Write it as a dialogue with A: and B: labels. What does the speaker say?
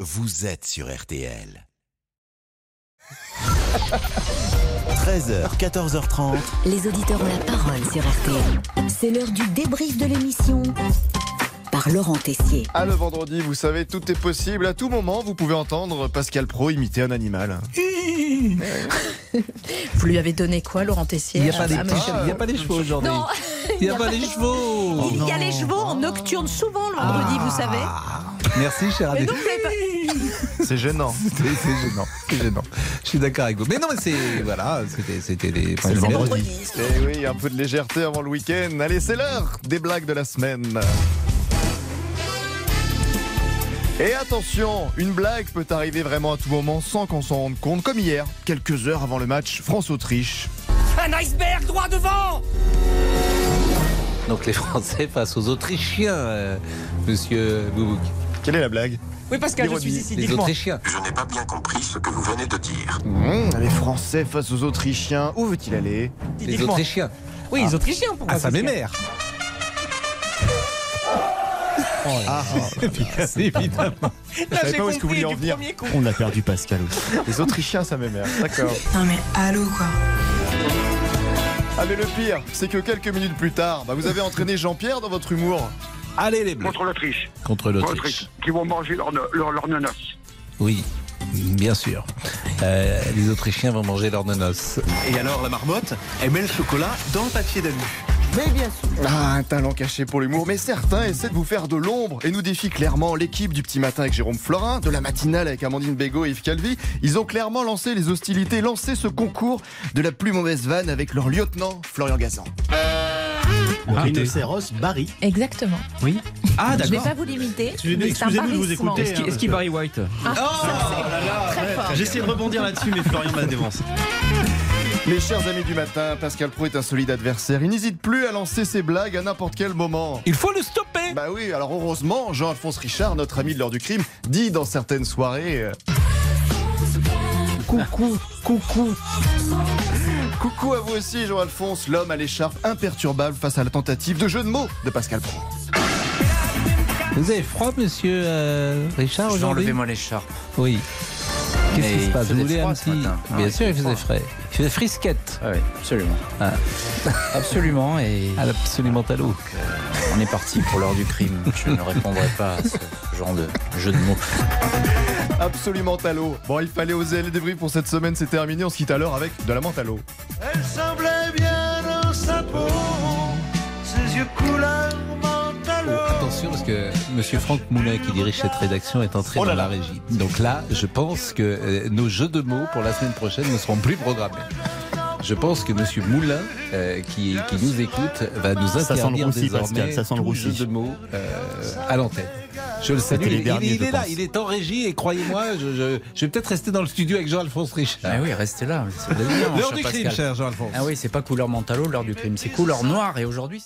A: vous êtes sur RTL. 13h, 14h30.
B: Les auditeurs ont la parole sur RTL. C'est l'heure du débrief de l'émission par Laurent Tessier.
C: À le vendredi, vous savez, tout est possible. À tout moment, vous pouvez entendre Pascal Pro imiter un animal.
D: Vous lui avez donné quoi, Laurent Tessier
E: Il n'y a,
B: bah,
E: pas des
D: Ah, mais
E: chevaux- il y a pas des chevaux aujourd'hui.
D: Non,
E: Il n'y a pas des chevaux.
D: il y a les chevaux en nocturne souvent le vendredi,
E: Ah.
D: vous savez.
E: Merci, cher
D: Mais
E: Adé.
D: non, vous l'avez pas-
C: C'est gênant.
E: C'est c'est gênant, c'est gênant. Je suis d'accord avec vous. Mais non, mais c'est. Voilà, c'était c'était les.
C: le
E: c'était-
C: vendredi. Eh oui, un peu de légèreté avant le week-end. Allez, c'est l'heure des blagues de la semaine. Et attention, une blague peut arriver vraiment à tout moment sans qu'on s'en rende compte, comme hier, quelques heures avant le match France-Autriche.
F: Un iceberg droit devant
E: Donc les Français face aux Autrichiens, euh, monsieur Boubouk.
C: Quelle est la blague
F: Oui, Pascal, je suis
C: Ironie.
F: ici,
E: Les
F: dites-moi.
E: Autrichiens.
C: Mmh, Les Français face aux Autrichiens, où veut-il aller
E: Les
F: Dites-moi.
E: Autrichiens.
F: Oui, les Autrichiens, pour
E: Ah,
F: moi,
E: ça
F: parce que-
E: m'émère. Ah, évidemment.
F: Là,
C: savais
F: j'ai
C: pas où est-ce que vous
F: compris
C: vouliez en
F: du
C: venir.
F: premier coup.
G: On a perdu Pascal aussi.
C: Les Autrichiens, ça m'émerde. D'accord.
H: Non mais allô quoi.
C: Ah mais le pire, c'est que quelques minutes plus tard, bah, vous avez entraîné Jean-Pierre dans votre humour.
E: Allez les bleus.
I: contre l'Autriche.
E: Contre l'Autriche.
I: L'Autriche, qui vont manger leur, leur, leur nanas.
E: Oui, bien sûr. Euh, les Autrichiens vont manger leur nonos.
G: Et alors la marmotte, elle met le chocolat dans le papier d'alu.
C: Ah, un talent caché pour l'humour, mais certains essaient de vous faire de l'ombre et nous défient clairement l'équipe du petit matin avec Jérôme Florin, de la matinale avec Amandine Bégaud et Yves Calvi. Ils ont clairement lancé les hostilités, lancé ce concours de la plus mauvaise vanne avec leur lieutenant Florian Gazan.
G: Le
J: Ah,
G: rhinocéros Barry.
D: Exactement.
J: Ah,
D: Je ne vais
J: d'accord.
D: pas vous limiter. mais c'est un
J: Excusez-moi de vous
D: barrissement.
J: écouter. hein,
F: Est-ce qu'il
J: parce
F: Barry White
G: Ah,
D: Très fort.
J: que-
G: ouais.
J: J'essaie de rebondir là-dessus, mais Florian m'a dévancé.
C: Mes chers amis du matin, Pascal Pro est un solide adversaire. Il n'hésite plus à lancer ses blagues à n'importe quel moment.
E: Il faut le stopper.
C: Bah oui, alors heureusement, Jean-Alphonse Richard, notre ami de l'heure du crime, dit dans certaines soirées. euh, Coucou, coucou. Coucou à vous aussi, Jean-Alphonse, l'homme à l'écharpe imperturbable face à la tentative de jeu de mots de Pascal Pro.
E: Vous avez froid, monsieur euh, Richard,
K: Je vais
E: aujourd'hui
K: enlever mon écharpe.
E: Oui. Qu'est-ce
K: Mais
E: qui se
K: il
E: passe Vous
K: faisait
E: voulez
K: froid
E: un
K: ce
E: petit.
K: matin. Ah
E: Bien
K: ouais,
E: sûr, il
K: il
E: faisait
K: faisait
E: frais. Il faisait frisquette.
K: Ah oui, absolument.
E: Ah.
K: Absolument, et
E: À l'absolument talou.
K: on est parti pour l'heure du crime. Je ne répondrai pas à ce genre de jeu de mots.
C: Absolument à l'eau. Bon, il fallait oser les débris pour cette semaine, c'est terminé. On se quitte alors avec de la menthe à l'eau.
I: Elle semblait bien dans sa peau, ses yeux couleur
E: Attention, parce que Monsieur Franck Moulin, qui dirige cette rédaction, est entré
G: Oh
E: dans la régie. Donc là, je pense que euh, nos jeux de mots pour la semaine prochaine ne seront plus programmés. Je pense que Monsieur Moulin, euh, qui, qui nous écoute, va nous
G: Ça sent le
E: interdire
G: roussi,
E: désormais
G: Pascal, ça sent le
E: tout
G: roussi.
E: jeu de mots euh, à l'antenne. Je le salue.
G: C'était les
E: Il,
G: derniers,
E: il
G: je
E: est là,
G: pense.
E: il est en régie et croyez-moi, je, je- je vais peut-être rester dans le studio avec Jean-Alphonse Richard.
K: Ah oui, restez là. c'est bien, mon
E: L'heure
K: cher
E: du crime,
K: Pascal.
E: cher Jean-Alphonse.
K: Ah oui, c'est pas couleur mentalo, l'heure du crime. C'est couleur noire, et aujourd'hui,